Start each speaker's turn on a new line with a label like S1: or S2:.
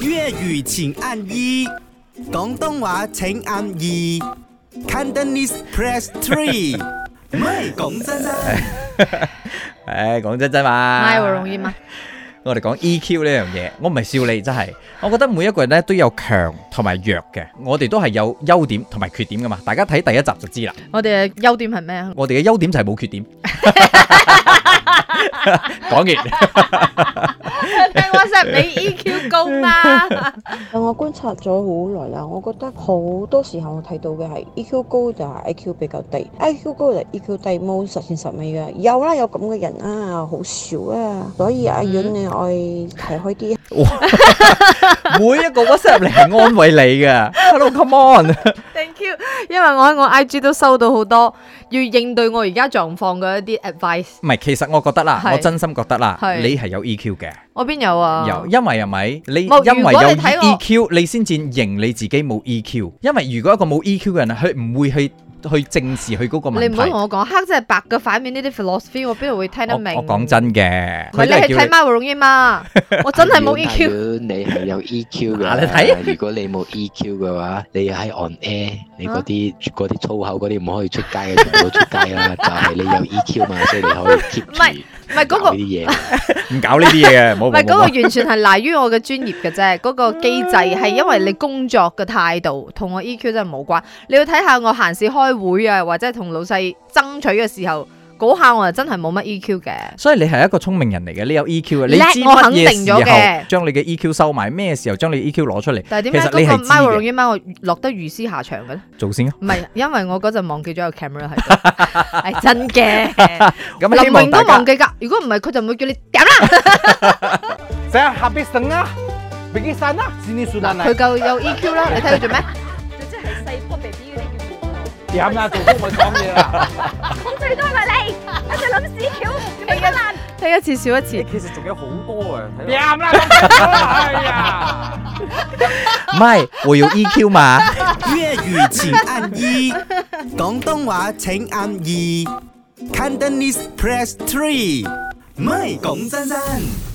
S1: 粤语请按一，广东话请按二，Cantonese press three。唔系讲真真，
S2: 唉，講真真嘛，
S3: 咪我容易嘛？
S2: 我哋講 EQ 呢樣嘢，我唔係笑你，真係，我覺得每一個人咧都有強同埋弱嘅，我哋都係有優點同埋缺點噶嘛，大家睇第一集就知啦。
S3: 我哋嘅優點係咩 啊？
S2: 我哋嘅優點就係冇缺點。 講完。
S3: 你話成比 EQ 高嘛？
S4: 我觀察咗好耐啦，我覺得好多時候我睇到嘅係 EQ 高就係 IQ 比較低，IQ 高就係 EQ 低，冇實踐實美嘅。有啦，有咁嘅人啊，好少啊。所以阿遠你愛睇開啲，
S2: 每一個 WhatsApp 嚟係安慰你嘅。Hello，come on，
S3: Thank you，因為我喺我 IG 都收到好多要應對我而家狀況嘅一啲 advice。
S2: 唔係，其實我覺得啦，
S3: 係
S2: 我真心覺得啦，
S3: 係
S2: 你係有 EQ 嘅，
S3: 我邊有啊？
S2: 有，因為係咪？你
S3: 冇
S2: 因
S3: 如
S2: 為
S3: 果
S2: 有
S3: 你睇我
S2: EQ，你先至認你自己冇 EQ。因為如果一個冇 EQ 嘅人，佢唔會去去正視佢嗰個問
S3: 你唔好
S2: 題。
S3: 同我講黑即係白嘅反面呢啲 philosophy，我邊度會聽
S2: 我
S3: 得明？
S2: 我講，真嘅，
S3: 唔係
S2: 佢
S3: 你
S2: 都係
S3: 係
S2: 叫
S3: 睇
S2: 你。
S3: 咪我容 易嘛？我真係冇 E
S5: 阿
S3: EQ。
S5: Yun，你係有 EQ
S2: 啊
S5: 嘅。
S2: 你睇
S5: 如果你冇 EQ 嘅話，你喺 on air，你
S3: 啊
S5: 嗰啲嗰啲粗口嗰啲唔可以出街嘅，全部都出街啦。就係你有 EQ 嘛，所以你可以 keep
S3: 唔係
S5: 住
S3: 唔係嗰
S5: 搞
S3: 個，
S5: 呢
S3: 唔
S5: 啲
S2: 唔
S5: 嘢。
S2: 搞呢啲嘢 嘅，冇
S3: 係
S2: 冇
S3: 嗰個，
S2: 冇。
S3: 完全係賴於我嘅專業嘅 啫。嗰個機制係因為你工作嘅態度同我 EQ 真係冇關。你要睇下我閒時開會啊，或者係同老細爭取嘅時候，嗰下我係真係冇乜 EQ 嘅。
S2: 所以你係一個聰明人嚟嘅，你有 EQ 嘅，你
S3: 叻
S2: 知
S3: 我
S2: 乜
S3: 肯
S2: 嘢
S3: 定
S2: 時
S3: 咗嘅
S2: 候將你嘅 EQ 收埋，咩時候將你 EQ 攞出嚟，
S3: 但係點
S2: 其
S3: 解
S2: 實你
S3: 嗰
S2: 係
S3: 個
S2: 知
S3: My
S2: 嘅
S3: Room 媽我落得如斯下場嘅咧？
S2: 做先啊。
S3: 唔係，因為我嗰陣忘記咗個 camera 喺度， 係真嘅。
S2: 咁希
S3: 林
S2: 望
S3: 榮
S2: 大
S3: 都
S2: 家
S3: 忘記㗎，如果唔係佢就唔會叫你掉啦。
S6: Saya habis tengah, pergi sana, sini sudah
S3: 佢
S6: naik.
S3: 夠有 EQ 啦，你睇佢做 咩？
S6: Diam lah tu, buat suami lah.
S3: 聽一次少一次。
S7: 其實仲有好多啊，睇落
S6: Diam lah, kau kata lah. Ayah.
S2: 唔係，我有 EQ 嘛。
S1: 粤语请按一，广东话请按二，Cantonese press three。唔系讲真真。